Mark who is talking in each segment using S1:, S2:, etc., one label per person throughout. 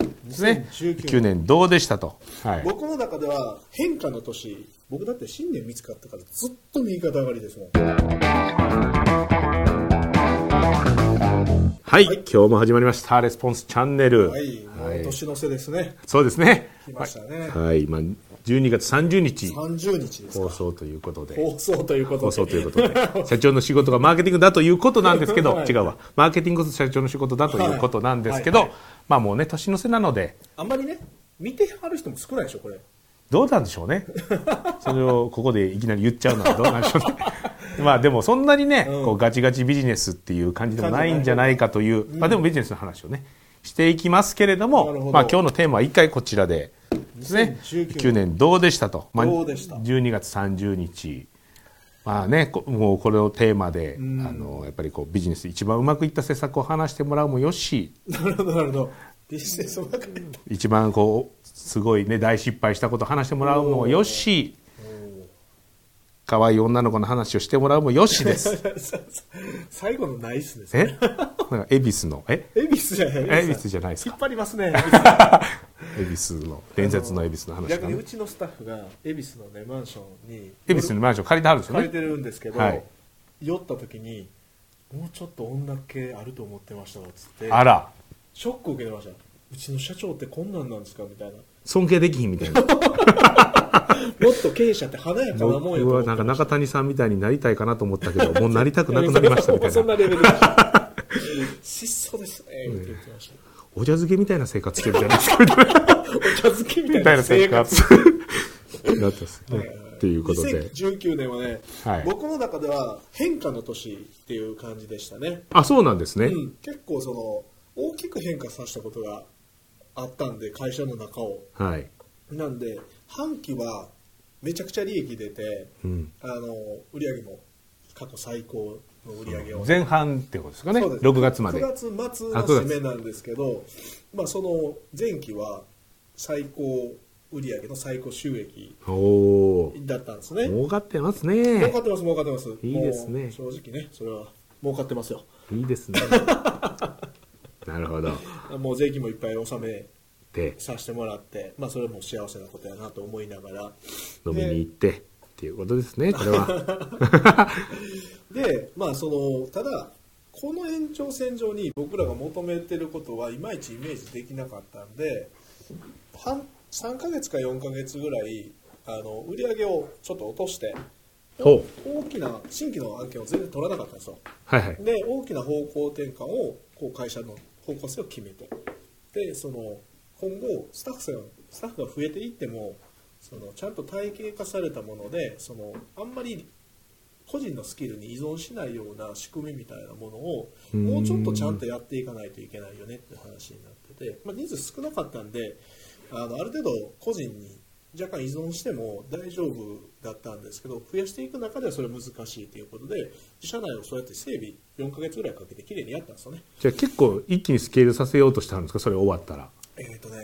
S1: ですね
S2: 2019
S1: 9年どうでしたと、はい、
S2: 僕の中では変化の年僕だって新年見つかったからずっと右肩上がりですもん
S1: はい、今日も始まりました「レスポンスチャンネル」
S2: はい、もう年の瀬ですね
S1: そうですね
S2: 来ましたね
S1: はい、まあ、12月30日
S2: 30日です
S1: 放
S2: か
S1: 送ということで
S2: 放送ということで
S1: 放送ということで社長の仕事がマーケティングだということなんですけど、
S2: はい
S1: 違うわマーケティングこそ社長の仕事だということなんですけど、
S2: はいは
S1: まあもうね年の瀬なので
S2: あんまりね見てはる人も少ないでしょこれ
S1: どうなんでしょ うねそれをここでいきなり言っちゃうのはどうなんでしょ うねまあでもそんなにね、こうガチガチビジネスっていう感じでもないんじゃないかという、まあ、でもビジネスの話をねしていきますけれども
S2: なるほど
S1: まあ、今日のテーマは一回こちらでですね
S2: 2019
S1: 9年どうでしたと、まあ、
S2: どうでした
S1: 12月30日まあね、こもうこれをテーマで、あのやっぱりこうビジネスで一番うまくいった施策を話してもらうもよし
S2: なるほどなるほどビジネスばかり
S1: 一番こうすごいね大失敗したことを話してもらうのもよし可愛い女の子の話をしてもらうもよしです
S2: 最後のナイスです
S1: え
S2: ね
S1: なんか恵比寿のえ
S2: 恵比寿じゃない
S1: 恵比寿じゃないです
S2: 引
S1: か
S2: っ張りますね
S1: 恵比寿の伝説の恵比寿の話
S2: 逆
S1: が
S2: に
S1: ね
S2: うちのスタッフが恵比寿のねマンションに
S1: 恵比寿のマンション借りてあるんですよ
S2: 借り
S1: ね
S2: てるんですけど、
S1: はい
S2: 酔った時にもうちょっと女系あると思ってましたわっつって
S1: あら
S2: ショック受けてましたうちの社長ってこんなんなんですかみたいな
S1: 尊敬できひんみた いな
S2: もっと経営者って華やかなもんやと
S1: 僕
S2: 思
S1: は
S2: って
S1: なんか
S2: ました
S1: 中谷さんみたいになりたいかなと思ったけ どもうなりたくなくなりましたみたい
S2: そん
S1: な
S2: なレベルでした質素ですねって言ってました、
S1: お茶漬けみたいな生活してるじゃないですかみたいな
S2: お茶漬けみ
S1: みた
S2: たい
S1: い
S2: な
S1: な
S2: 生
S1: 生
S2: 活
S1: 活だったですね。ということで。
S2: 2019年はね、
S1: はい
S2: 僕の中では変化の年っていう感じでしたね、
S1: あ、そうなんですね。
S2: うん、結構その大きく変化させたことがあったんで会社の中を
S1: はい。
S2: なんで半期はめちゃくちゃ利益出て、
S1: うん
S2: あの売り上げも過去最高の売り上げを
S1: 前半ってことですかね。
S2: そうです
S1: 6月まで。
S2: 9月末
S1: あ
S2: の
S1: 9
S2: 締
S1: 月
S2: めなんですけどまあ、その前期は最高売り上げの最高収益
S1: おおー。
S2: だったんですね
S1: 儲かってます
S2: 儲
S1: ね
S2: か。ってます儲かってます
S1: いいですね
S2: もう正直ねそれは儲かってますよ
S1: いい ですね。なるほど。
S2: もう税金もいっぱい納め
S1: で、
S2: させてもらって、まあ、それも幸せなことやなと思いながら
S1: 飲みに行って、っていうことですね、これ は。
S2: でまあそのただこの延長線上に僕らが求めてることはいまいちイメージできなかったんで半3ヶ月か4ヶ月ぐらいあの売り上げをちょっと落として
S1: ほう。
S2: 大きな新規の案件を全然取らなかったんですよ
S1: はいはい。
S2: で大きな方向転換をこう会社の方向性を決めてでその今後スタッフさんスタッフが増えていってもそのちゃんと体系化されたものでそのあんまり個人のスキルに依存しないような仕組みみたいなものを
S1: うん
S2: もうちょっとちゃんとやっていかないといけないよねって話になってて、まあ、人数少なかったんであのある程度個人に若干依存しても大丈夫だったんですけど増やしていく中ではそれ難しいということで社内をそうやって整備4ヶ月ぐらいかけてきれいにやったんですよね。
S1: じゃあ結構一気にスケールさせようとしてあるんですかそれ終わったら。
S2: えーとね、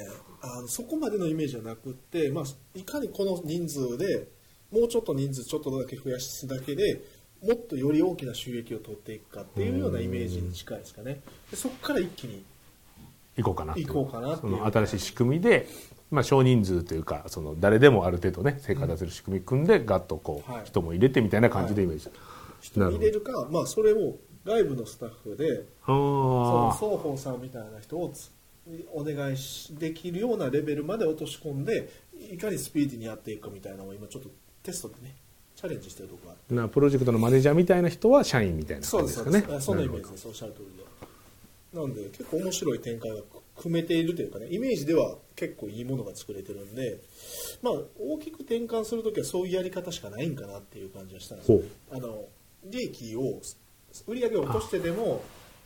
S2: あのそこまでのイメージじゃなくって、まあ、いかにこの人数でもうちょっと人数ちょっとだけ増やすだけでもっとより大きな収益を取っていくかっていうようなイメージに近いですかねでそこから一気に
S1: 行こうかなってい。
S2: 行こうかなって
S1: そ
S2: いう
S1: の新しい仕組みで、まあ、少人数というかその誰でもある程度ね成果出せる仕組み組んで、ガッとこう、
S2: はい
S1: 人も入れてみたいな感じでイメージ、なる
S2: 入れるか、まあ、それを外部のスタッフでその
S1: ほどあ
S2: 双方さんみたいな人をつお願いしできるようなレベルまで落とし込んでいかにスピーディーにやっていくかみたいなのを今ちょっとテストでねチャレンジしてるところがあって
S1: あなプロジェクトのマネージャーみたいな人は社員みたいな
S2: そう
S1: 感
S2: で
S1: じ
S2: そ
S1: ですすか
S2: うで
S1: ね
S2: すあそんな
S1: な
S2: イ
S1: るほ
S2: メー
S1: ど
S2: ジですおっしゃる通りでなんで結構面白い展開が組めているというかねイメージでは結構いいものが作れてるんでまあ大きく転換するときはそういうやり方しかないんかなっていう感じがしたんですよ
S1: ほ
S2: あの利益を売り上げを落としてでも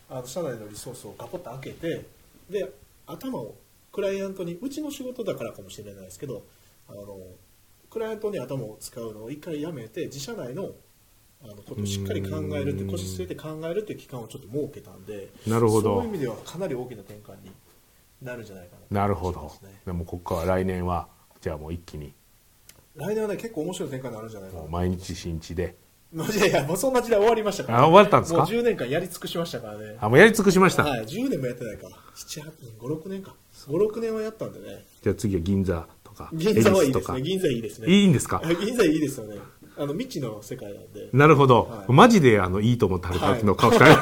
S2: あの社内のリソースをガポッと開けてで頭をクライアントにうちの仕事だからかもしれないですけどあのクライアントに頭を使うのを一回やめて自社内のあのことをしっかり考えるって
S1: うん
S2: 腰据えて考えるっていう期間をちょっと設けたんで
S1: なるほど
S2: そういう意味ではかなり大きな転換になるんじゃないかな
S1: なるほど
S2: そうですね
S1: でもここから来年はじゃあもう一気に
S2: 来年はね結構面白い展開になるんじゃないか
S1: もう
S2: な
S1: 毎日新地で
S2: もういやいや、もうそんな時代終わりましたから、
S1: あ終わったんですか
S2: もう10年間やり尽くしましたからね。
S1: あ、もうやり尽くしました。
S2: はい、10年もやってないか。7、8、5、6年か。5、6年はやったんでね。
S1: じゃあ次は銀座とか、
S2: 銀座はいい
S1: 恵
S2: で
S1: 比寿と
S2: す
S1: か。
S2: ね。
S1: い
S2: 銀座いいですね。
S1: いんですか
S2: あ 銀座いいですよね。あの、未知の世界なんで。
S1: なるほど。
S2: はい
S1: マジで、あの、いいと思ったタイプの顔したい。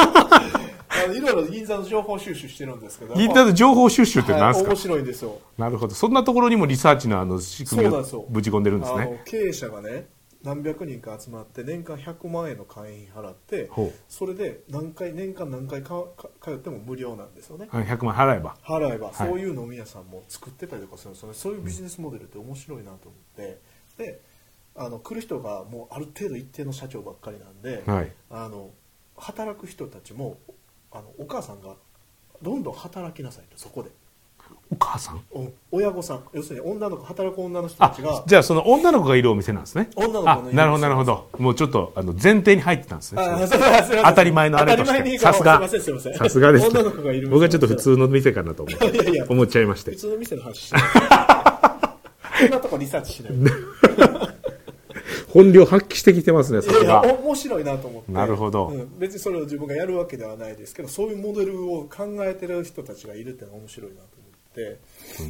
S2: あのいろいろ銀座の情報収集してるんですけど。
S1: 銀座の情報収集って
S2: は
S1: 何
S2: い
S1: ですか、
S2: 面白いんですよ。
S1: なるほど。そんなところにもリサーチのあの、仕組
S2: そ
S1: み
S2: うなん
S1: を
S2: ですよ
S1: ぶち込んでるんです
S2: あ
S1: ね。
S2: の経営者がね何百人か集まって年間100万円の会員費払って
S1: ほう
S2: それで何回年間何回かか通っても無料なんですよね
S1: あの100万払えば。
S2: 払えば
S1: はい
S2: そういう飲み屋さんも作ってたりとかするんですよねそういうビジネスモデルって面白いなと思ってであの来る人がもうある程度一定の社長ばっかりなんで、
S1: はい。
S2: あの働く人たちもあのお母さんがどんどん働きなさいとそこで
S1: お母さん
S2: お親御さん要するに女の子働く女の人た
S1: あ
S2: ちが、
S1: じゃあその女の子がいるお店なんですね。
S2: 女の子の
S1: あ
S2: い、る
S1: なるほど、なるほど。もうちょっと、あの、前提に入ってたんですね。
S2: あすいませんすいません
S1: 当たり前のあれと
S2: 当たり前
S1: し
S2: にいい
S1: て。
S2: か
S1: さ
S2: ら
S1: すが。
S2: すいませんすいません
S1: さすがでした。
S2: 女の子がいる
S1: 僕はちょっと普通の店かなと思って
S2: いやいや
S1: 思っちゃいまして
S2: 普。通の店の話しないそんなとこリサーチしない い
S1: 本領発揮してきてますね、そ
S2: や
S1: こ
S2: いや
S1: が。
S2: 面白いなと思って
S1: なるほど
S2: うん別にそれを自分がやるわけではないですけどそういうモデルを考えてる人たちがいるっていうのは面白いなと思って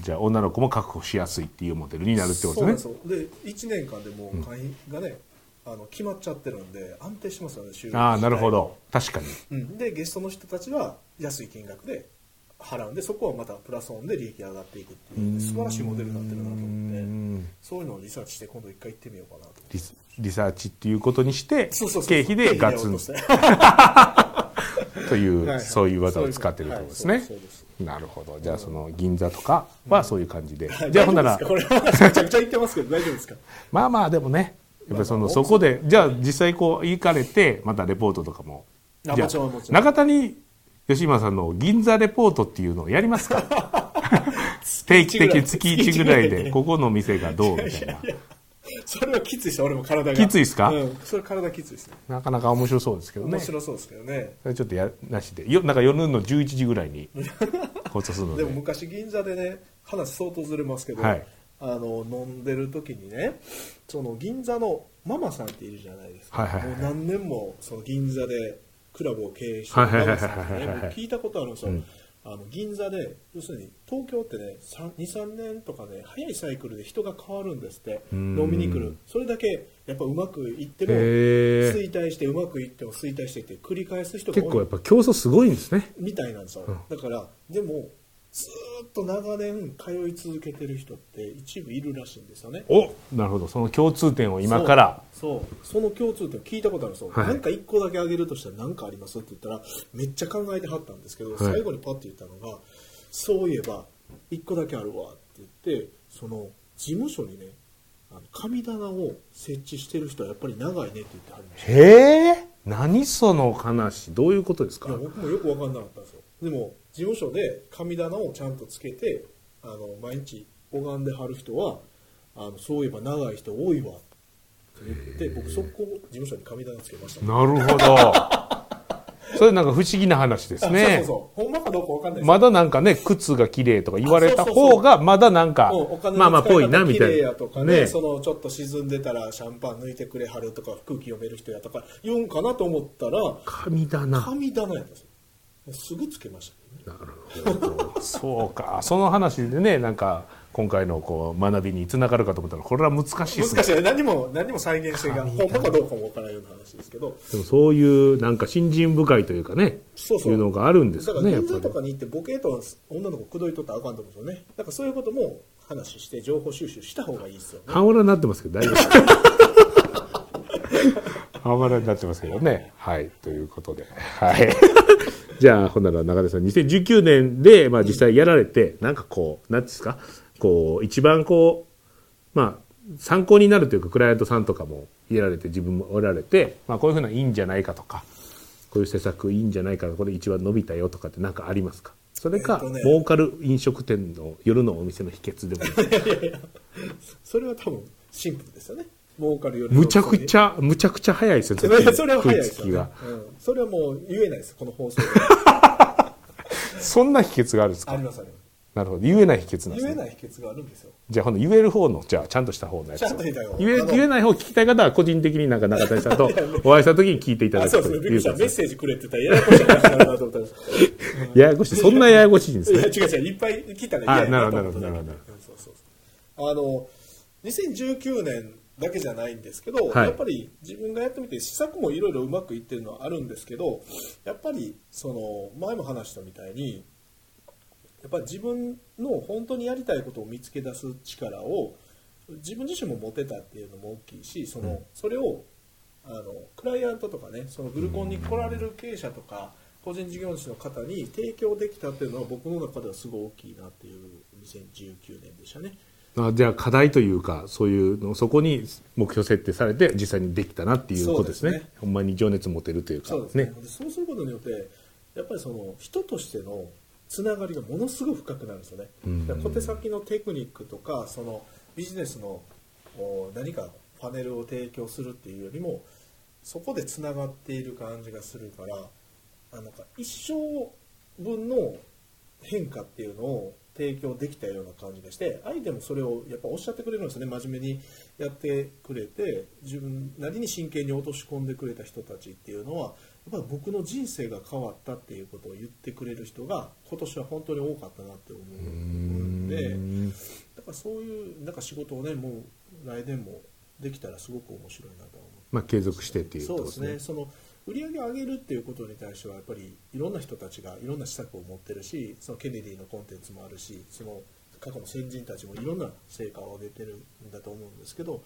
S1: じゃあ女の子も確保しやすいっていうモデルになるって
S2: そ
S1: こ
S2: う
S1: と
S2: なん
S1: ね
S2: です。よで1年間でもう会員がね、あの決まっちゃってるんで安定しますよね収入
S1: ああ、なるほ、ど。確かに。
S2: うん、でゲストの人たちは安い金額で払うんでそこはまたプラスオンで利益上がっていくっていう素晴らしいモデルになってるなと
S1: う
S2: 思って
S1: ん
S2: そういうのをリサーチして今度一回行ってみようかなと思って
S1: リスリサーチっていうことにして
S2: そうそうそう、
S1: 経費でガツン
S2: 経費で
S1: という、
S2: はいはい
S1: そういう技を使ってるってことですね。
S2: はいそうです
S1: なるほど。じゃあその銀座とかはそういう感じで。
S2: 落として
S1: じゃあほんな
S2: 大、
S1: ら
S2: 丈夫ですかこれめちゃくちゃ言ってますけど大丈夫ですか
S1: まあまあでもね、やっぱりそ
S2: まあま
S1: の
S2: あ
S1: そこで、じゃあ実際こう行かれて、またレポートとかも。
S2: あ
S1: じゃ
S2: もちろんもちろん
S1: 中谷吉村さんの銀座レポートっていうのをや りますか定期的に月1ぐらいで、ここの店がどうみたいな。
S2: それはきついですよ俺も体が
S1: きついっすか
S2: うん、それ体きついですね
S1: なかなか面白そうですけどね。
S2: 面
S1: そ
S2: 白そうですけどね
S1: れちょっとやなしで。よなんか夜の11時ぐらいに放送するの
S2: で
S1: で。
S2: も昔銀座でね話相当ずれますけど、
S1: はい
S2: あの飲んでる時にねその銀座のママさんっているじゃないですか、
S1: はいはいはい
S2: もう何年もその銀座でクラブを経営してるママさんって
S1: はいはいは
S2: ね
S1: いはいはい
S2: 僕聞いたことあるんですよ、
S1: うん
S2: あの銀座で要するに東京ってね23年とかね早いサイクルで人が変わるんですって
S1: ん
S2: 飲みに来るそれだけやっぱうまくいっても
S1: へー
S2: 衰退してうまくいっても衰退してって繰り返す人が多い
S1: 結構やっぱ競争すごいんですね。
S2: みたいなんですよ、だからでもずーっと長年通い続けてる人って一部いるらしいんですよね
S1: おなるほど。その共通点を今から。
S2: そうそうその共通点を聞いたことあるんですよ、
S1: はい
S2: なんか1個だけ挙げるとしたら何かありますって言ったらめっちゃ考えてはったんですけど、
S1: い
S2: 最後にパッて言ったのがそういえば1個だけあるわって言ってその事務所にねあの神棚を設置してる人はやっぱり長いねって言ってはりました
S1: へえ何その話どういうことです
S2: いや
S1: か
S2: 僕もよく分かんなかったんですよでも事務所で神棚をちゃんとつけてあの毎日拝んではる人はあのそういえば長い人多いわって言って僕そこ事務所に神棚つけました
S1: なるほど それなんか不思議な話です
S2: あ
S1: ね
S2: そうそうそうほんまかどうか分かんないです
S1: まだなんかね靴が綺麗とか言われた方がまだなんか
S2: うんお金
S1: まあまあ
S2: の使
S1: ぽい
S2: い
S1: な
S2: 方
S1: み
S2: 綺
S1: たい
S2: 麗
S1: な
S2: やとかね
S1: ね
S2: そのちょっと沈んでたらシャンパン抜いてくれはるとか空気読める人やとか言うんかなと思ったら
S1: 神だな
S2: 神棚やったんですよすぐつけ ましたけどね
S1: そうかその話でねなんか今回のこう学びにつながるかと思ったらこれは難しいですね
S2: 難しいよね何も何も再現性がほんまかどうかも分からないような話ですけど
S1: でもそういうなんか新人深いというかね
S2: そうそう
S1: いうのがあるんで
S2: だ
S1: す
S2: か
S1: よ
S2: ら
S1: ねやっ
S2: 銀座と
S1: ぱ
S2: かに行ってボケと女の子口説いとったらあかんと思うんですよねだからそういうことも話して情報収集した方がいいですよね
S1: 半笑いになってますけど大丈夫ですか半笑いになってますけどねはいということではい じゃあほんなら中田さん2019年で、まあ、実際やられて、なんかこう何ですかこう一番こうまあ参考になるというかクライアントさんとかもやられて自分もおられて、まあ、こういうふうないいんじゃないかとかこういう施策いいんじゃないかこれ一番伸びたよとかって何かありますかそれか、
S2: えっとね
S1: 儲かる飲食店の夜のお店の秘訣でもいいです
S2: それは多分シンプルですよね儲かるより
S1: むちゃくちゃ、むちゃくちゃ早いですよ、
S2: それは それは早いですよ、
S1: 食いつき
S2: ね
S1: が。
S2: うん、それはもう言えないですこの放送で
S1: そんな秘訣があるんです
S2: あ
S1: か
S2: りますあります
S1: なるほど言えない秘訣なんで
S2: 言え
S1: すね
S2: ない秘訣があるんですよ
S1: じゃあほんと言える方のじゃあちゃんとした方のやつ
S2: ちゃんと言えたよ
S1: 言え
S2: あの
S1: 言えない方を聞きたい方は個人的になんか中谷さんと お会いした時に聞いていただ
S2: あ
S1: く
S2: そう
S1: と
S2: ですねびっく
S1: い
S2: り
S1: う
S2: した
S1: こ
S2: メ
S1: とで
S2: ッ
S1: す
S2: セージくれって言ったらややこしい話になるなと思ったんです
S1: ややこしいそんなややこしいんです
S2: い や
S1: ね
S2: 違う違ういっぱい来たら嫌やなと思っただけ
S1: あなるほどなるほ
S2: う
S1: どなるほど
S2: んそうそうそうあの2019年だけじゃないんですけど、
S1: はい
S2: やっぱり自分がやってみて試作もいろいろうまくいってるのはあるんですけどやっぱりその前も話したみたいにやっぱり自分の本当にやりたいことを見つけ出す力を自分自身も持てたっていうのも大きいしその、
S1: うん
S2: それをあのクライアントとかねそのグルコンに来られる経営者とか個人事業主の方に提供できたっていうのは僕の中ではすごい大きいなっていう2019年でしたね。
S1: あじゃあ課題というかそういうのそこに目標設定されて実際にできたなっていうことですね
S2: そうですね
S1: ほんまに情熱持てるというか
S2: そうですねでそうすることによってやっぱりその人としてのつながりがものすごく深くなるんですよね、
S1: うん
S2: だから小手先のテクニックとかそのビジネスのお何かパネルを提供するっていうよりもそこでつながっている感じがするからあのなんか一生分の変化っていうのを提供できたような感じがして相手もそれをやっぱおっしゃってくれるんですよね真面目にやってくれて自分なりに真剣に落とし込んでくれた人たちっていうのはやっぱり僕の人生が変わったっていうことを言ってくれる人が今年は本当に多かったなって思うんで
S1: うん
S2: だからそういうなんか仕事をねもう来年もできたらすごく面白いなとは思う
S1: まあ継続してっていうこ
S2: そうで
S1: とですすね
S2: ねその売り上げを上げるっていうことに対してはやっぱりいろんな人たちがいろんな施策を持ってるしそのケネディのコンテンツもあるしその過去の先人たちもいろんな成果を上げてるんだと思うんですけど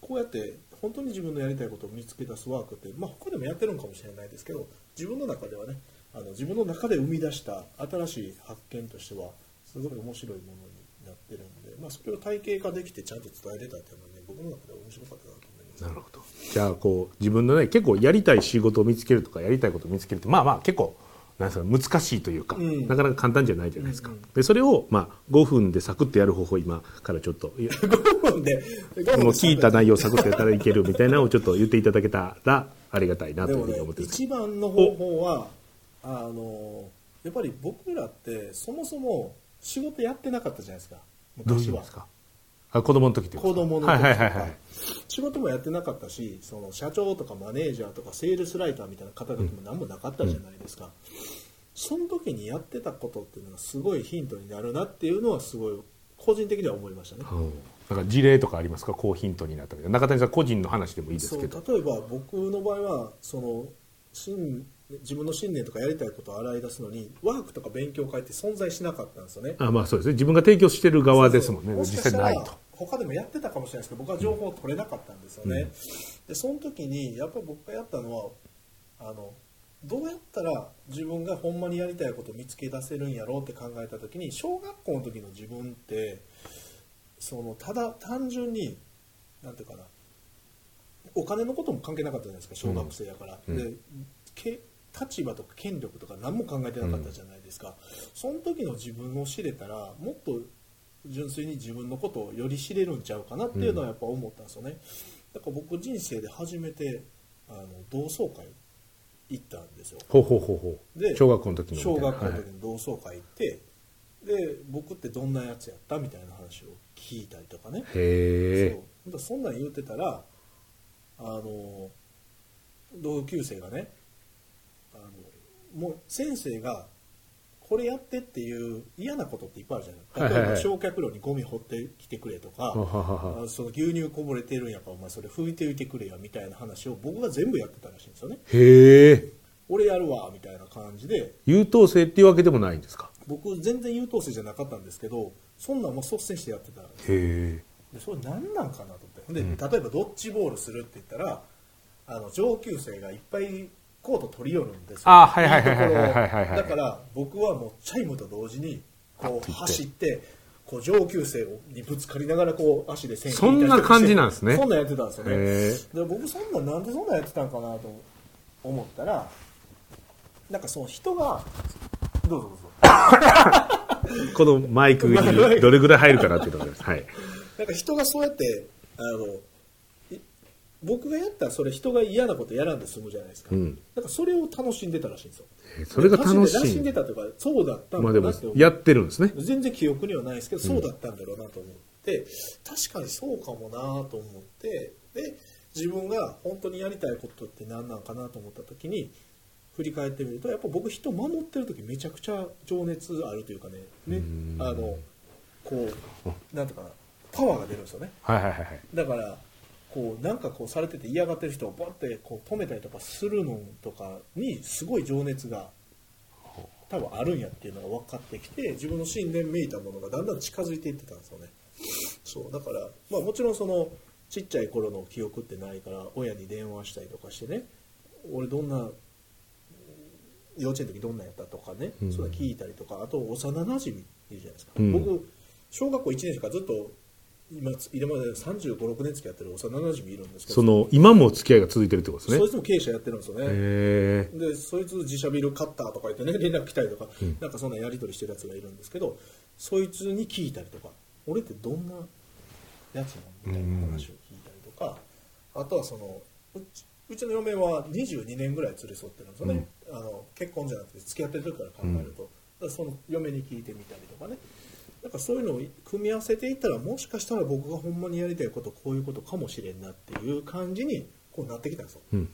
S2: こうやって本当に自分のやりたいことを見つけ出すワークって、まあ、他でもやってるのかもしれないですけど自分の中ではねあの自分の中で生み出した新しい発見としてはすごい面白いものになってるので、まあ、それを体系化できてちゃんと伝えれたっていうのはね僕の中では面白かったなと思います。
S1: なるほどじゃあこう自分のね結構やりたい仕事を見つけるとかやりたいことを見つけるってまあまあ結構なんですか難しいというか、
S2: うん
S1: なかなか簡単じゃないじゃないですか、
S2: うんうん
S1: でそれをまあ5分でサクッとやる方法今からちょっといや
S2: 5分で5
S1: もう聞いた内容をサクッとやったらいけるみたいなのをちょっと言っていただけたらありがたいな
S2: で
S1: という
S2: も
S1: ふう
S2: ね
S1: に思ってます
S2: 一番の方法はあのやっぱり僕らってそもそも仕事やってなかったじゃないですか
S1: どうい
S2: 昔
S1: うこ
S2: は
S1: とですかあ子供の時ってこと
S2: 子供
S1: ですか
S2: の
S1: は
S2: 時
S1: い
S2: と
S1: はいはいは
S2: か
S1: い
S2: 仕事もやってなかったしその社長とかマネージャーとかセールスライターみたいな肩書きも何もなかったじゃないですか、その時にやってたことっていうのがすごいヒントになるなっていうのはすごい個人的には思いましたね、
S1: うんなんか事例とかありますか高ヒントになったみたいな中谷さん個人の話でもいいです
S2: そう
S1: けど
S2: 例えば僕の場合はその信自分の信念とかやりたいことを洗い出すのにワークとか勉強会って存在しなかったんですよね
S1: あまあそうですね自分が提供してる側ですもんね
S2: そうそう
S1: 実際ない
S2: もしかし。た
S1: と
S2: ら他でもやってたかもしれないですけど僕は情報を取れなかったんですよね、でその時にやっぱり僕がやったのはあのどうやったら自分がほんまにやりたいことを見つけ出せるんやろうって考えた時に小学校の時の自分ってそのただ単純になんていうかなお金のことも関係なかったじゃないですか小学生やから、
S1: うんう
S2: でけ立場とか権力とか何も考えてなかったじゃないですか、その時の自分を知れたらもっと純粋に自分のことをより知れるんちゃうかなっていうのはやっぱ思ったんですよね、だから僕人生で初めてあの同窓会行ったんですよ
S1: ほうほうほうほう
S2: で
S1: 小学校の時のみたい
S2: 小
S1: な
S2: 学校の
S1: はい
S2: 時に同窓会行って、で僕ってどんなやつやったみたいな話を聞いたりとかね
S1: へ
S2: そうほんとそんなん言うてたらあの同級生がねあのもう先生がこれやってっていう嫌なことっていっぱいあるじゃない
S1: は
S2: 例
S1: い
S2: え
S1: はいはい
S2: ば焼却炉にゴミ掘ってきてくれとか、
S1: ははは
S2: あその牛乳こぼれてるんやからお前それ拭いておいてくれよみたいな話を僕が全部やってたらしいんですよね
S1: えへえ
S2: 俺やるわみたいな感じで
S1: 優等生っていうわけでもないんですか
S2: 僕全然優等生じゃなかったんですけどそんなんもう率先してやってたんです
S1: へ
S2: でそれ何なんかなと思ってで例えばドッジボールするって言ったらあの上級生がいっぱいコート取り寄るんですよ
S1: あはいはいはいはい
S2: いいところを
S1: はいはいはい
S2: だから僕はもうチャイムと同時にこ
S1: パッと行っ
S2: う
S1: て
S2: 走ってこう上級生にぶつかりながらこう足で線引いたり
S1: そんな感じなんですね
S2: そんなんやってたんですよね
S1: へ
S2: で僕そんななんでそんなんやってたんかなと思ったらなんかその人がどうぞどうぞ
S1: えこのマイクにどれぐらい入るかなっていうところですはい
S2: なんか人がそうやってあのい僕がやったらそれ人が嫌なことやらんで済むじゃないですか、
S1: うん
S2: なんかそれを楽しんでたらしいんですよ
S1: えそれが楽しい
S2: 楽しんでたというかそうだったん
S1: まあ
S2: だ
S1: で
S2: な
S1: も
S2: って思う
S1: やってるんですね
S2: 全然記憶にはないですけどそうだったんだろうなと思って、確かにそうかもなと思ってで自分が本当にやりたいことって何なのかなと思った時に振り返ってみるとやっぱ僕人守ってる時めちゃくちゃ情熱あるというかねね
S1: うん
S2: あのこうなんとかなパワーが出るんですよね
S1: はいはいはいはい
S2: だからこうなんかこうされてて嫌がってる人をバッてこう止めたりとかするのとかにすごい情熱が多分あるんやっていうのが分かってきて自分の信念めいたものがだんだん近づいていってたんですよねそうだから、まあ、もちろんそのちっちゃい頃の記憶ってないから親に電話したりとかしてね俺どんな幼稚園の時どんなんやったとかね、
S1: うん
S2: それ聞いたりとかあと幼なじみいるじゃないですか、
S1: うん
S2: 僕小学校1年生からずっと今今まで3 5 6年付き合ってる幼なじみいるんですけど
S1: その今も付き合いが続いてるってことです
S2: そ
S1: ね
S2: いつも経営者やってるんですよね、
S1: へえ
S2: でそいつ自社ビル買ったとか言 ってね連絡来たりとか、なんかそんなやり取りしてるやつがいるんですけどそいつに聞いたりとか俺ってどんなやつなのみたいな話を聞いたりとか、あとはそのうちうちの嫁は22年ぐらい連れ添ってるんですよね、あの結婚じゃなくて付き合ってる時から考えると、だからその嫁に聞いてみたりとかねなんかそういうのを組み合わせていったらもしかしたら僕がほんまにやりたいことこういうことかもしれんなっていう感じにこうなってきたんですよ。
S1: うん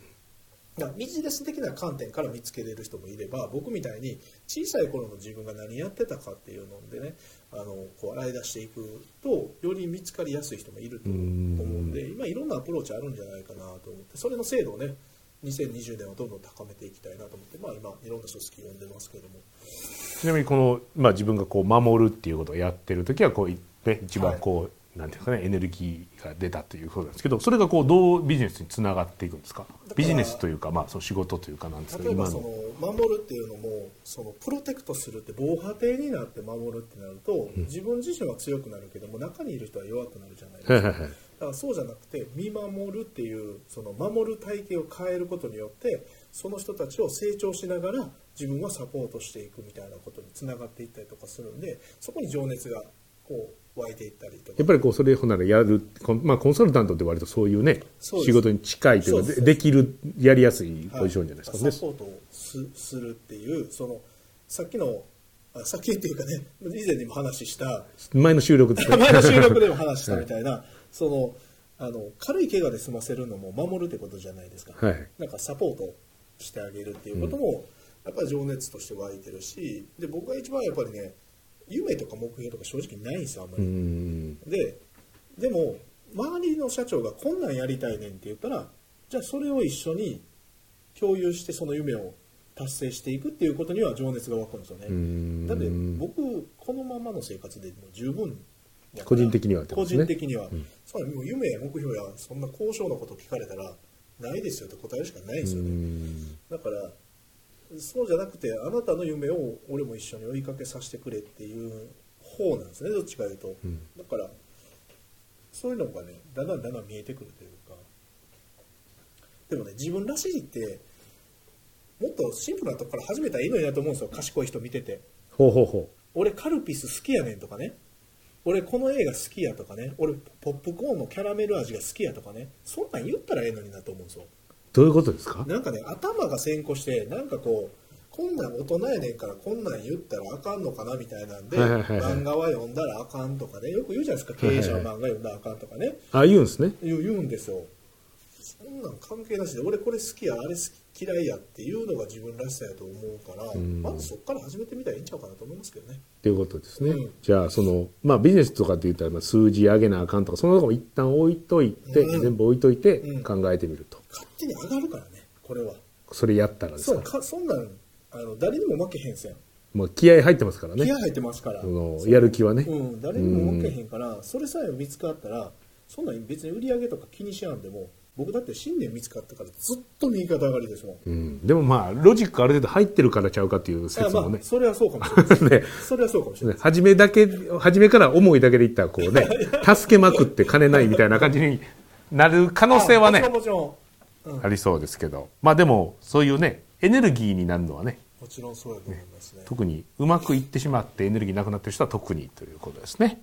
S2: だからビジネス的な観点から見つけれる人もいれば僕みたいに小さい頃の自分が何やってたかっていうのでねあのこう洗い出していくとより見つかりやすい人もいると思うんで今いろんなアプローチあるんじゃないかなと思ってそれの精度をね2020年はどんどん高めていきたいなと思って、まあ、今いろんな書籍読んでますけども
S1: ちなみにこの、まあ、自分がこう守るっていうことをやってる時はこうい、ね、一番こう、なんていうかねエネルギーが出たということなんですけどそれがこうどうビジネスにつながっていくんですか
S2: ら
S1: ビジネスというか、まあ、その仕事というかなんですけど
S2: 例えば
S1: 今
S2: その
S1: の
S2: 守るっていうのもそのプロテクトするって防波堤になって守るってなると自分自身は強くなるけども中にいる人は弱くなるじゃないですか
S1: はいはいは
S2: だ
S1: い
S2: からそうじゃなくて見守るっていうその守る体系を変えることによってその人たちを成長しながら自分はサポートしていくみたいなことにつながっていったりとかするんでそこに情熱がこう湧いていったりと
S1: やっ
S2: か
S1: ぱりこうそれほんならやるコン,、まあ、コンサルタントって割とそういうね
S2: そうです
S1: 仕事に近いとい
S2: そ
S1: う
S2: う
S1: か
S2: で
S1: ですできるやりやすいポジションじゃないですかね、
S2: はいサポートをすするっていうそのさっきのあさっきっていうかね以前にも話した
S1: 前の収録ですね
S2: 前の収録でも話したみたいな、そのあの軽い怪我で済ませるのも守るってことじゃないですか、
S1: はい
S2: なんかサポートしてあげるっていうことも、やっぱり情熱として湧いてるしで僕が一番やっぱりね夢とか目標とか正直ないんですよあんま
S1: う
S2: り、
S1: ん
S2: ででも周りの社長がこんなんやりたいねんって言ったらじゃあそれを一緒に共有してその夢を達成していくっていうことには情熱が湧くんですよね、
S1: ん
S2: だって僕このままの生活でも十分やから
S1: 個人的にはってこ
S2: 個
S1: とですね
S2: 人的には、つまりもう夢や目標やそんな交渉のこと聞かれたらないですよって答えるしかないんですよね、だからそうじゃなくてあなたの夢を俺も一緒に追いかけさせてくれっていう方なんですねどっちかいうと、だからそういうのがねだんだんだんだん見えてくるというかでもね自分らしいってもっとシンプルなとこから始めたらいいのになと思うんですよ賢い人見てて
S1: ほうほうほ
S2: 俺カルピス好きやねんとかね俺この映画好きやとかね俺ポップコーンのキャラメル味が好きやとかねそんなん言ったらええのになと思うんですよ
S1: うどういうことですか
S2: なんかね頭が先行してなんかこうこんなん大人やねんからこんなん言ったらあかんのかなみたいなんで、
S1: はいはいはいはい
S2: 漫画は読んだらあかんとかねよく言うじゃないですか経営者は漫画読んだらあかんとかね、
S1: ああ言うんですね
S2: 言う言うんですよそんなん関係なしで俺これ好きやあれ好き嫌いやっていうのが自分らしさやと思うから、
S1: ん
S2: まずそこから始めてみたらいいんちゃうかなと思いますけどね
S1: っていうことですね、
S2: うん
S1: じゃあその、まあ、ビジネスとかって言ったらまあ数字上げなあかんとかそのとこも一旦置いといて、
S2: うん
S1: 全部置いといて
S2: うん
S1: 考えてみると、
S2: 勝手に上がるからねこれは
S1: それやったらです
S2: そう
S1: か
S2: かそんなんあの誰にも負けへんせん
S1: もう気合入ってますから
S2: 気
S1: ね
S2: 合入ってますから
S1: そのやる気はね、
S2: うん、誰にも分けへんから、それさえ見つかったらそんなん別に売り上げとか気にしやんでも僕だって新年見つかったからずっと右肩上がりですもん、
S1: うんでもまあロジックある程度入ってるからちゃうかっていう
S2: あ
S1: 説
S2: ま
S1: も
S2: あ
S1: ね,、
S2: それはそうかもしれない
S1: ね
S2: それはそうかもしれない
S1: ね初めだけ初めから思いだけでいったらこうね助けまくって金ないみたいな感じになる可能性はね
S2: あもちろんもちろん、うん
S1: ありそうですけどまあでもそういうねエネルギーになるのはね
S2: もちろんそうやと思いますね
S1: 特にうまくいってしまってエネルギーなくなってる人は特にということですね。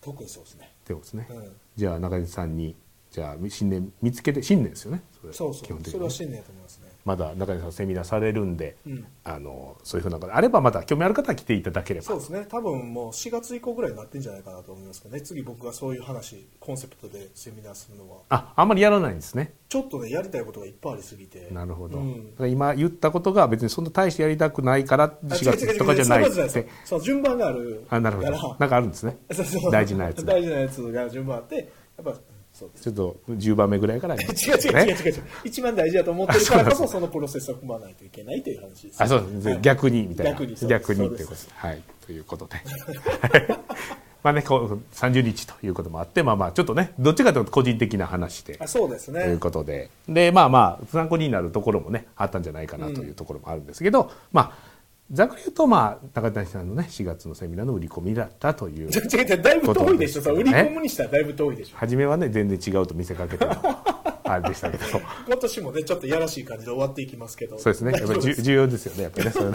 S2: 特にそうですね
S1: ということですね。
S2: うん
S1: じゃあ中西さんにじゃあ新年見つけて新年ですよねそれ
S2: そうそう、それ
S1: ね
S2: は信念やと思いますね。
S1: まだ中西さんセミナーされるんで、
S2: うん
S1: あのそういうふうなことあればまた興味ある方は来ていただければ
S2: そうですね、多分もう4月以降ぐらいになってんじゃないかなと思いますけどね、次僕がそういう話、コンセプトでセミナーするのは、
S1: ああんまりやらないんですね
S2: ちょっとね、やりたいことがいっぱいありすぎて、
S1: なるほど、
S2: う
S1: だ
S2: ん
S1: から今言ったことが別にそんな大してやりたくないから
S2: あ
S1: 4
S2: 違う違う違
S1: 月
S2: う
S1: とかじゃな
S2: そうう
S1: い
S2: ことじゃ
S1: っ
S2: です
S1: て
S2: そう順番がある
S1: あなるほど
S2: から
S1: なんかあるんですね
S2: そうそうそう
S1: 大事なやつが
S2: 大事なやつが順番あってやっぱそうです
S1: ちょっと10番目ぐらいから
S2: 違う 違う違う
S1: ね
S2: 違う違う一番大事だと思ってるからこ
S1: あそうなん
S2: そ
S1: です
S2: そのプロセスを踏まないといけないという話です
S1: あそうです、
S2: はい
S1: 逆にみたいな
S2: 逆にそうです
S1: 逆に
S2: そう
S1: って
S2: で
S1: い
S2: す
S1: うことですはいということで まあねこう30日ということもあってまあまあちょっとねどっちかというと個人的な話で
S2: あそうですね
S1: ということで、で、まあまあ、参考になるところもね、あったんじゃないかなというところもあるんですけど、まあ、ざっくり言うと、まあ、高谷さんのね、4月のセミナーの売り込みだったと い
S2: 違う違う
S1: う、
S2: 違うだいぶ遠いでしょさ売り込むにしたらだいぶ遠いでしょ
S1: 初めはね、全然違うと見せかけ てのあれでしたけど、そ
S2: 今年もねちょっとやらしい感じで終わっていきますけど
S1: うですね、やっぱりじゅ重要ですよね、やっぱりね、それ ね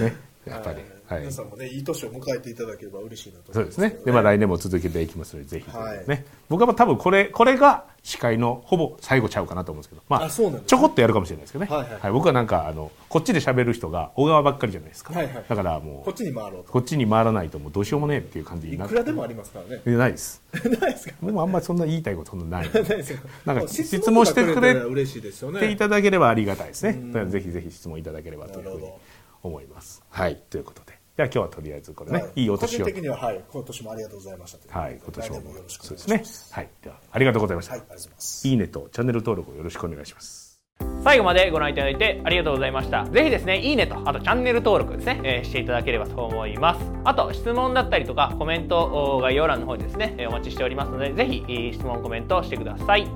S1: ねやっぱり。
S2: は
S1: はいい
S2: 皆さんもねいい年を迎えていただければ嬉しいなと思
S1: そう
S2: い
S1: で
S2: ますすけど
S1: ね。で、まあ来年も続けていきますので、ぜひ、ね
S2: はい
S1: 僕はまあ多分これ、これが司会のほぼ最後ちゃうかなと思うんですけど、まあ、
S2: あそうなんですね
S1: ちょこっとやるかもしれないですけどね。
S2: はいはい
S1: 僕はなんか、あの、こっちで喋る人が小川ばっかりじゃないですか。
S2: はいはい
S1: だからも
S2: こ
S1: う
S2: っ、ちに回ろうと
S1: こっちに回らないともうどうしようもねえっていう感じに
S2: い
S1: なっ
S2: くらでもありますからね
S1: いやないです。
S2: ないですか
S1: 僕もあんまりそんな言いたいことのない。 な
S2: なんん
S1: か
S2: か
S1: 質問してくれ
S2: たら嬉しいですよ
S1: ってい
S2: ね。
S1: ただければありがたいですね。だからぜひぜひ質問いただければというふう
S2: なるほ
S1: に
S2: ど
S1: 思います。はい。ということで。じゃあ今日はとりあえずこれね、、
S2: はい
S1: いお年
S2: 個
S1: を
S2: 人。的にははい今年もありがとうございましたとうことで。
S1: はい。今年
S2: 来年
S1: も
S2: もよろしくお
S1: そ
S2: 願
S1: う
S2: いしま
S1: で
S2: す。
S1: すね。はい。では、ありがとうございました。
S2: はい、ありがとうございます。
S1: いいねとチャンネル登録をよろしくお願いします。
S3: 最後までご覧いただいてありがとうございました。ぜひですね、いいねと、あとチャンネル登録ですね、えーしていただければと思います。あと、質問だったりとか、コメントお概要欄の方にですね、えーお待ちしておりますので、ぜひ、えー質問、コメントしてください。